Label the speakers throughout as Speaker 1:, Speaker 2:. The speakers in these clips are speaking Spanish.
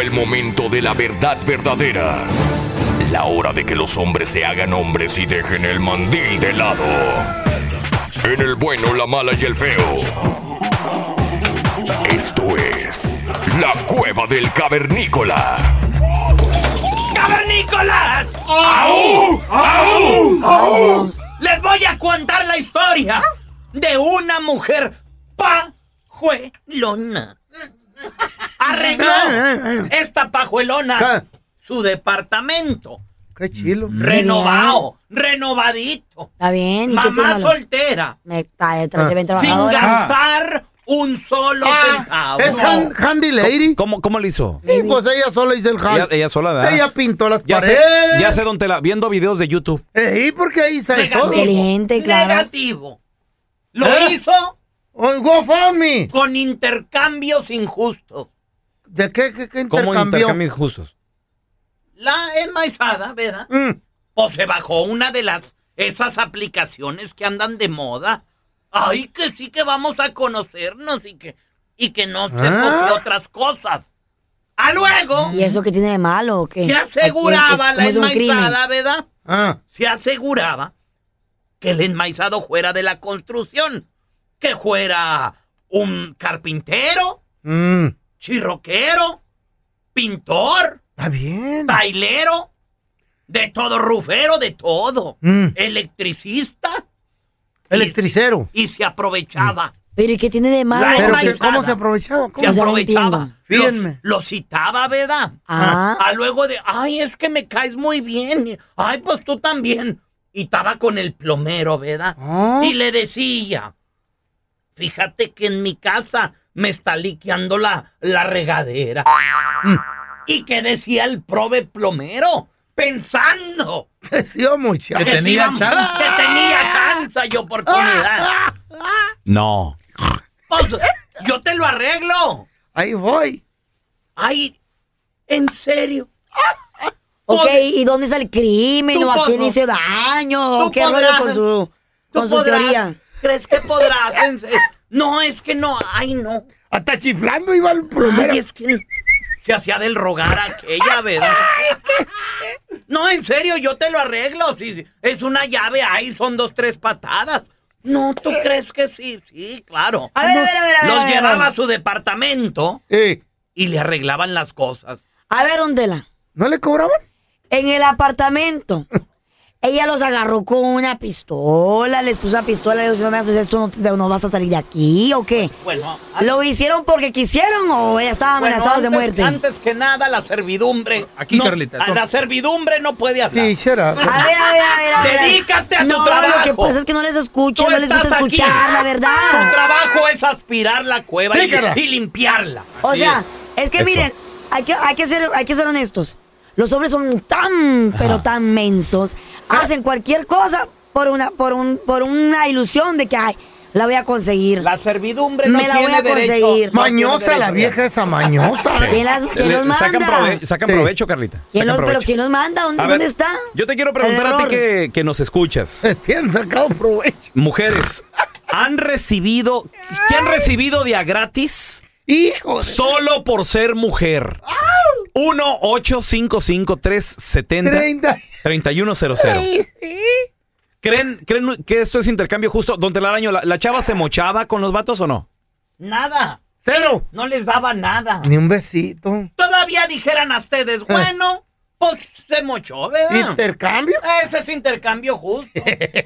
Speaker 1: el momento de la verdad verdadera. La hora de que los hombres se hagan hombres y dejen el mandil de lado. En el bueno, la mala y el feo. Esto es La Cueva del Cavernícola.
Speaker 2: ¡Cavernícola! ¡Aú! ¡Aú! ¡Aú! Les voy a contar la historia de una mujer pajuelona.
Speaker 3: Eh,
Speaker 2: Arregló esta pajuelona su departamento.
Speaker 3: Qué chilo.
Speaker 4: Mm.
Speaker 2: Renovado, renovadito.
Speaker 5: Está bien. ¿y qué Ah. tiene
Speaker 2: Mamá
Speaker 5: malo?
Speaker 2: soltera,
Speaker 5: Me está detrás
Speaker 3: Ah.
Speaker 5: de bien
Speaker 2: sin
Speaker 5: trabajadora.
Speaker 2: gastar un solo
Speaker 4: Ah,
Speaker 2: centavo.
Speaker 3: Es hand- handy lady.
Speaker 4: ¿Cómo, cómo lo hizo?
Speaker 3: Sí, pues ella sola hizo el hand.
Speaker 4: Ella, ella sola, ¿verdad?
Speaker 3: Ella pintó las
Speaker 4: ya sé,
Speaker 3: paredes.
Speaker 4: ya sé dónde la... Viendo videos de YouTube.
Speaker 3: Ey, porque ahí sale todo.
Speaker 2: Negativo.
Speaker 5: Inteligente, claro.
Speaker 2: Negativo. Lo
Speaker 3: ¿Eh?
Speaker 2: hizo
Speaker 3: Oh, GoFundMe.
Speaker 2: con intercambios injustos.
Speaker 3: ¿De qué, qué, qué
Speaker 4: ¿Cómo
Speaker 3: intercambió?
Speaker 4: intercambios justos?
Speaker 2: La enmaizada, ¿verdad?
Speaker 3: Mm.
Speaker 2: O se bajó una de las esas aplicaciones que andan de moda. Ay, que sí que vamos a conocernos y que y que no sé por qué
Speaker 3: ¿Ah?
Speaker 2: otras cosas. A luego
Speaker 5: ¿Y eso qué tiene de malo o qué?
Speaker 2: se aseguraba
Speaker 5: Aquí
Speaker 2: la
Speaker 5: es- como es un crimen.
Speaker 2: enmaizada, ¿verdad?
Speaker 3: Ah,
Speaker 2: se aseguraba que el enmaizado fuera de la construcción, que fuera un carpintero,
Speaker 3: mm.
Speaker 2: chirroquero, pintor,
Speaker 3: Está bien.
Speaker 2: tailero, de todo, rufero, de todo,
Speaker 3: Mm.
Speaker 2: electricista,
Speaker 3: Electricero.
Speaker 2: y se aprovechaba.
Speaker 3: Mm.
Speaker 5: Pero ¿y qué tiene de malo?
Speaker 2: La
Speaker 3: Pero
Speaker 2: enmaizada.
Speaker 3: que, ¿cómo se aprovechaba? ¿Cómo?
Speaker 2: Se
Speaker 5: O sea, no
Speaker 2: aprovechaba.
Speaker 5: entiendo.
Speaker 2: Lo-
Speaker 3: Fíjenme.
Speaker 2: lo citaba, ¿verdad?
Speaker 5: Ah,
Speaker 2: A luego de, ay, es que me caes muy bien. Ay, pues tú también. Y estaba con el plomero, ¿verdad?
Speaker 3: Ah.
Speaker 2: Y le decía, fíjate que en mi casa me está liqueando la, la regadera.
Speaker 3: Mm.
Speaker 2: ¿Y qué decía el prove plomero? Pensando
Speaker 3: Sí, oh, muchacho.
Speaker 2: que
Speaker 6: tenía
Speaker 2: íbamos-
Speaker 6: chance.
Speaker 2: que tenía chance y oportunidad.
Speaker 4: No.
Speaker 2: Pues, yo te lo arreglo.
Speaker 3: Ahí voy.
Speaker 2: Ay, en serio.
Speaker 5: ok,
Speaker 2: pod-
Speaker 5: ¿y dónde está el crimen?
Speaker 2: Tú
Speaker 5: ¿O a quién
Speaker 2: podrás-
Speaker 5: hizo daño?
Speaker 2: tú
Speaker 5: ¿O qué rollo
Speaker 2: podrás-
Speaker 5: con su,
Speaker 2: ¿Tú
Speaker 5: con su
Speaker 2: podrás?
Speaker 5: teoría?
Speaker 2: ¿Crees que podrás? En serio. No, es que no. Ay, no.
Speaker 3: Hasta chiflando iba el plomero.
Speaker 2: Ay, es que se hacía del rogar aquella, ¿verdad? No, en serio, yo te lo arreglo. Si si- es una llave, ahí son dos, tres patadas. No, ¿tú crees que sí? Sí, claro.
Speaker 5: A ver, a ver, a ver, a ver. a
Speaker 2: Los
Speaker 5: ver, a
Speaker 2: llevaba a
Speaker 5: ver.
Speaker 2: su departamento
Speaker 3: Eh,
Speaker 2: y le arreglaban las cosas.
Speaker 5: A ver, ¿dónde la?
Speaker 3: ¿No le cobraban?
Speaker 5: En el apartamento. Ella los agarró con una pistola, les puso una pistola, le dijo, si no me haces esto, no, te- no vas a salir de aquí, ¿o qué?
Speaker 2: Bueno,
Speaker 5: ¿Lo hicieron porque quisieron o ella estaba
Speaker 2: Ah. bueno,
Speaker 5: amenazada de
Speaker 2: antes-
Speaker 5: muerte?
Speaker 2: Antes que nada, la servidumbre.
Speaker 6: Aquí,
Speaker 2: no-
Speaker 6: Carlita,
Speaker 2: a La servidumbre no puede hablar.
Speaker 3: Sí, será.
Speaker 5: A ver, a ver, a ver, a ver.
Speaker 2: Dedícate a tu
Speaker 5: no,
Speaker 2: trabajo.
Speaker 5: lo que pasa es que no les escucho,
Speaker 2: Tú
Speaker 5: no les gusta
Speaker 2: estás aquí.
Speaker 5: escuchar, la
Speaker 2: Tu
Speaker 5: verdad.
Speaker 2: trabajo es aspirar la cueva y,
Speaker 3: Fíjate.
Speaker 2: y limpiarla.
Speaker 5: O sea, es, que
Speaker 4: Eso.
Speaker 5: miren, hay que, hay, que ser, hay que ser honestos. Los hombres son tan, pero tan mensos. Hacen cualquier cosa por una, por un, por una ilusión de que, ay, la voy a conseguir.
Speaker 2: La servidumbre no
Speaker 5: Me la
Speaker 2: tiene
Speaker 5: voy a
Speaker 2: derecho-
Speaker 5: conseguir.
Speaker 2: no
Speaker 3: Mañosa
Speaker 2: tiene
Speaker 3: la
Speaker 2: derecho.
Speaker 3: vieja esa mañosa.
Speaker 5: ¿Quién, las- quién
Speaker 4: Le-
Speaker 5: los
Speaker 4: Sacan,
Speaker 5: manda?
Speaker 4: prove- sacan
Speaker 3: Sí.
Speaker 4: provecho, Carlita.
Speaker 5: ¿Quién
Speaker 4: Sacan
Speaker 5: los, pero
Speaker 4: provecho.
Speaker 5: ¿quién los manda? ¿Dónde,
Speaker 4: A ver,
Speaker 5: dónde está?
Speaker 4: Yo te quiero preguntar a ti
Speaker 5: error.
Speaker 4: que, que nos escuchas.
Speaker 3: Se te han sacado provecho.
Speaker 4: Mujeres, ¿han recibido... ¿Qué han recibido de a gratis?
Speaker 3: Hijo de...
Speaker 4: Solo por ser mujer. 1 855 370
Speaker 3: 30.
Speaker 4: 3100 ¿Creen, ¿Creen que esto es intercambio justo? Don Telaraño, ¿la, la chava se mochaba con los vatos o no?
Speaker 2: Nada.
Speaker 3: Cero.
Speaker 2: No les daba nada.
Speaker 3: Ni Ah. un besito.
Speaker 2: Todavía dijeran a ustedes, bueno, pues se mochó,
Speaker 4: Ah.
Speaker 2: ¿verdad?
Speaker 3: ¿Intercambio?
Speaker 2: Ese es intercambio justo.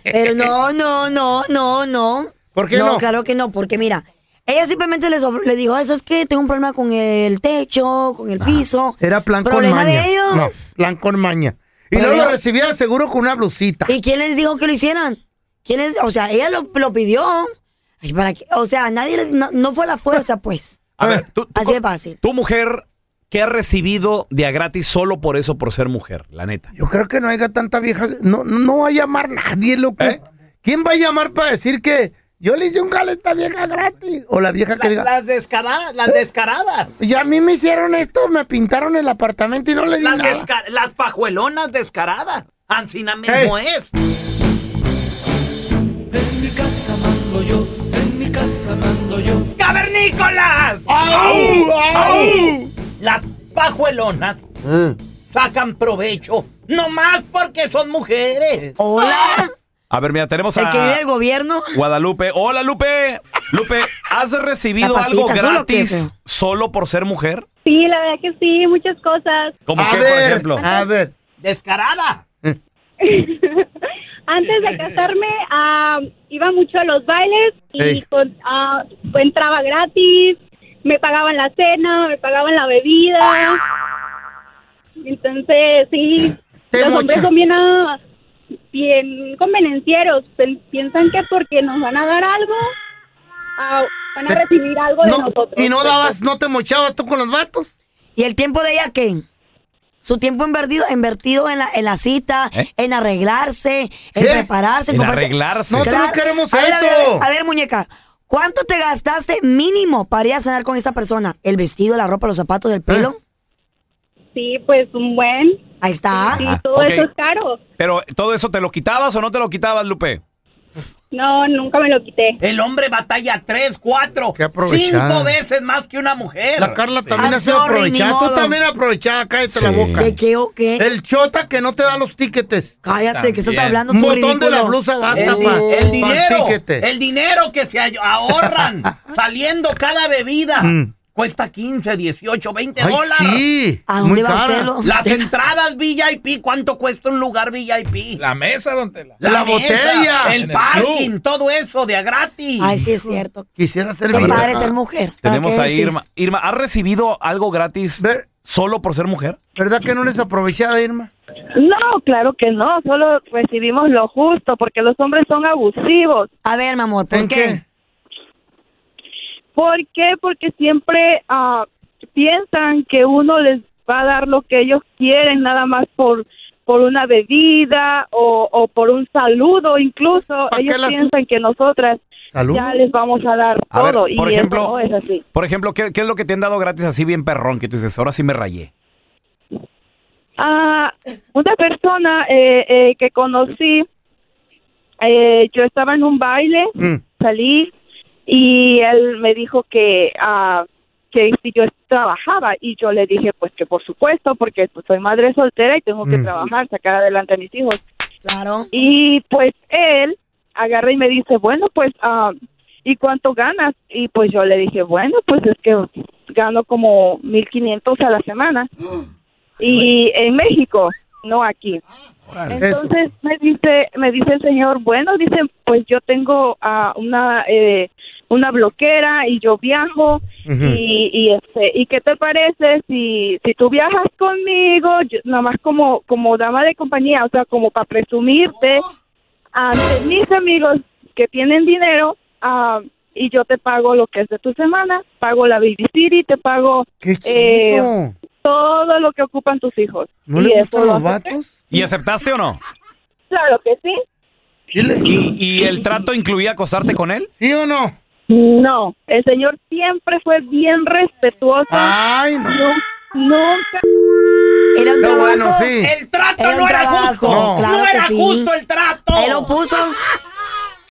Speaker 5: Pero no, no, no, no, no.
Speaker 3: ¿Por qué no?
Speaker 5: claro que no, porque mira, ella simplemente les, of- le dijo, "Ay, ¿sabes qué? Tengo un problema con el techo, con el piso.
Speaker 3: Ah, Era plan con
Speaker 5: Problema
Speaker 3: maña.
Speaker 5: de ellos.
Speaker 3: No, plan con maña. Y
Speaker 5: Pero
Speaker 3: luego lo
Speaker 5: yo-
Speaker 3: recibía de seguro con una blusita.
Speaker 5: ¿Y quién les dijo que lo hicieran? ¿Quién les- o sea, ella lo, lo pidió. Ay, ¿para qué? O sea, nadie les- no, no fue a la fuerza, pues.
Speaker 4: A ver, tú, tú
Speaker 5: Así de fácil.
Speaker 4: tu mujer, ¿qué ha recibido de a gratis solo por eso, por ser mujer? La neta.
Speaker 3: Yo creo que no haya tanta vieja. No, no va a llamar nadie, loco.
Speaker 4: ¿Eh?
Speaker 3: ¿Quién va a llamar para decir que yo le hice un jale a esta vieja gratis? O la vieja que
Speaker 2: La-
Speaker 3: diga,
Speaker 2: las descaradas, las descaradas.
Speaker 3: y a mí me hicieron esto, me pintaron el apartamento y no le di
Speaker 2: Las,
Speaker 3: nada.
Speaker 2: desca- las pajuelonas descaradas. Ancina mismo es. En mi casa mando yo, en mi casa mando yo. ¡Cavernícolas!
Speaker 3: ¡Au! ¡Au!
Speaker 2: Las pajuelonas sacan provecho nomás porque son mujeres.
Speaker 5: Hola.
Speaker 4: A ver, mira, tenemos
Speaker 5: El
Speaker 3: Ah.
Speaker 5: que vive
Speaker 4: a
Speaker 5: del gobierno.
Speaker 4: Guadalupe. Hola, Lupe. Lupe, ¿has recibido
Speaker 5: ¿La
Speaker 4: algo
Speaker 5: pastillita solo o qué,
Speaker 4: gratis
Speaker 5: feo?
Speaker 4: solo por ser mujer?
Speaker 6: Sí, la verdad que sí, muchas cosas.
Speaker 4: Como
Speaker 3: A
Speaker 4: que, por
Speaker 3: ver,
Speaker 4: ejemplo.
Speaker 3: a ver.
Speaker 2: Descarada.
Speaker 6: Antes de casarme, ah, iba mucho a los bailes y
Speaker 3: Ey.
Speaker 6: con- ah, entraba gratis, me pagaban la cena, me pagaban la bebida. Entonces, sí,
Speaker 3: Qué
Speaker 6: los hombres
Speaker 3: mocha.
Speaker 6: son bien, ah, bien convenencieros. Pen- Piensan que porque nos van a dar algo, ah, van a recibir algo de
Speaker 3: No,
Speaker 5: pues,
Speaker 6: nosotros.
Speaker 3: y no dabas, no te mochabas tú con los vatos.
Speaker 5: ¿Y el tiempo de ella qué? Su tiempo invertido, invertido en la, en la cita,
Speaker 4: ¿Eh?
Speaker 5: en arreglarse, en
Speaker 3: ¿Qué?
Speaker 5: prepararse.
Speaker 4: En
Speaker 5: comprarse-
Speaker 4: arreglarse.
Speaker 3: No, tú no queremos
Speaker 5: a ver, a ver,
Speaker 3: eso.
Speaker 5: A ver, a ver, muñeca, ¿cuánto te gastaste mínimo para ir a cenar con esa persona? ¿El vestido, la ropa, los zapatos, el pelo?
Speaker 3: ¿Eh?
Speaker 6: Sí, pues un buen.
Speaker 5: Ahí está.
Speaker 6: Sí,
Speaker 4: Ah,
Speaker 6: todo
Speaker 4: ok.
Speaker 6: eso es caro.
Speaker 4: Pero todo eso, ¿te lo quitabas o no te lo quitabas, Lupe?
Speaker 6: No, nunca me lo quité.
Speaker 2: El hombre batalla tres, cuatro,
Speaker 3: Qué aprovechada.
Speaker 2: cinco veces más que una mujer.
Speaker 3: La Carla
Speaker 5: I'm
Speaker 3: también ha sido
Speaker 5: sorry, ni
Speaker 3: aprovechada. Tú
Speaker 5: modo.
Speaker 3: también aprovechada, cállate
Speaker 4: Sí.
Speaker 3: la boca.
Speaker 5: ¿De qué o qué?
Speaker 3: El chota que no te da los tiquetes.
Speaker 5: Cállate, que estás
Speaker 4: También.
Speaker 5: hablando
Speaker 3: Un
Speaker 5: tú,
Speaker 3: botón de la
Speaker 5: ridículo.
Speaker 3: blusa basta
Speaker 2: El, di-
Speaker 3: para
Speaker 2: el dinero, el dinero que se ay- ahorran saliendo cada bebida
Speaker 3: Mm.
Speaker 2: cuesta 15, 18, 20
Speaker 3: Ay,
Speaker 2: dólares.
Speaker 3: sí.
Speaker 5: ¿A
Speaker 3: muy
Speaker 5: dónde va
Speaker 3: cara.
Speaker 5: usted, lo-
Speaker 2: Las entradas VIP, ¿cuánto cuesta un lugar VIP?
Speaker 7: La mesa, don Tela.
Speaker 3: la botella.
Speaker 2: el
Speaker 7: En el
Speaker 2: parking, todo eso de a gratis.
Speaker 5: Ay, sí, es cierto.
Speaker 3: Quisiera ser
Speaker 5: Qué
Speaker 3: mi-
Speaker 5: padre ser mujer.
Speaker 3: Ah,
Speaker 5: ¿para
Speaker 4: Tenemos
Speaker 5: qué
Speaker 4: a
Speaker 5: decir?
Speaker 4: Irma. Irma, ¿has recibido algo gratis
Speaker 3: Ver-
Speaker 4: solo por ser mujer?
Speaker 3: ¿Verdad que no eres aprovechada, Irma?
Speaker 8: No, claro que no, solo recibimos lo justo porque los hombres son abusivos.
Speaker 5: A ver, mi amor, ¿por
Speaker 3: ¿En
Speaker 5: qué?
Speaker 3: qué?
Speaker 8: ¿Por qué? Porque siempre ah, piensan que uno les va a dar lo que ellos quieren nada más por por una bebida o, o por un saludo incluso.
Speaker 3: ¿Para qué
Speaker 8: Ellos
Speaker 3: las-
Speaker 8: piensan que nosotras
Speaker 3: Salud.
Speaker 8: ya les vamos a dar
Speaker 4: A ver,
Speaker 8: todo y
Speaker 4: por
Speaker 8: eso
Speaker 4: ejemplo-
Speaker 8: no es así.
Speaker 4: Por ejemplo, ¿qué, qué es lo que te han dado gratis así bien perrón? Que tú dices, ahora sí me rayé.
Speaker 8: Ah, una persona eh, eh, que conocí, eh, yo estaba en un baile,
Speaker 3: Mm.
Speaker 8: salí y él me dijo que ah, que si yo trabajaba y yo le dije pues que por supuesto porque pues, soy madre soltera y tengo que
Speaker 3: Mm.
Speaker 8: trabajar, sacar adelante a mis hijos.
Speaker 5: Claro.
Speaker 8: Y pues él agarra y me dice, bueno, pues, ah, ¿y cuánto ganas? Y pues yo le dije, bueno, pues es que gano como 1.500 a la semana. Y en México, no aquí. Entonces me dice, me dice el señor, bueno, dice, pues yo tengo ah, una eh, una bloquera y yo viajo
Speaker 3: Ujú.
Speaker 8: y, y este y qué te parece si si tú viajas conmigo, yo- nada más como como dama de compañía, o sea, como para presumirte ante ah, mis amigos que tienen dinero ah, y yo te pago lo que es de tu semana, pago la babysitter, te pago
Speaker 3: Qué
Speaker 8: eh,
Speaker 3: chido.
Speaker 8: todo lo que ocupan tus hijos.
Speaker 3: ¿No
Speaker 8: Y
Speaker 3: le
Speaker 8: eso
Speaker 3: gustan
Speaker 8: lo
Speaker 3: los
Speaker 8: acepté.
Speaker 3: vatos?
Speaker 4: ¿Y aceptaste o no?
Speaker 8: Claro que sí.
Speaker 3: Dile.
Speaker 4: ¿Y, y el trato incluía acostarte con él?
Speaker 3: ¿Sí o no?
Speaker 8: No, el señor siempre fue bien respetuoso. Ah,
Speaker 3: Ay, no.
Speaker 8: Nu- Nunca.
Speaker 5: Era
Speaker 3: Pero
Speaker 5: un trabajo.
Speaker 3: bueno, sí.
Speaker 2: El trato
Speaker 5: Era un
Speaker 2: no era
Speaker 5: trabajo,
Speaker 2: justo.
Speaker 5: No.
Speaker 2: No,
Speaker 5: claro que
Speaker 2: era
Speaker 5: sí.
Speaker 2: justo el trato.
Speaker 5: Él lo puso.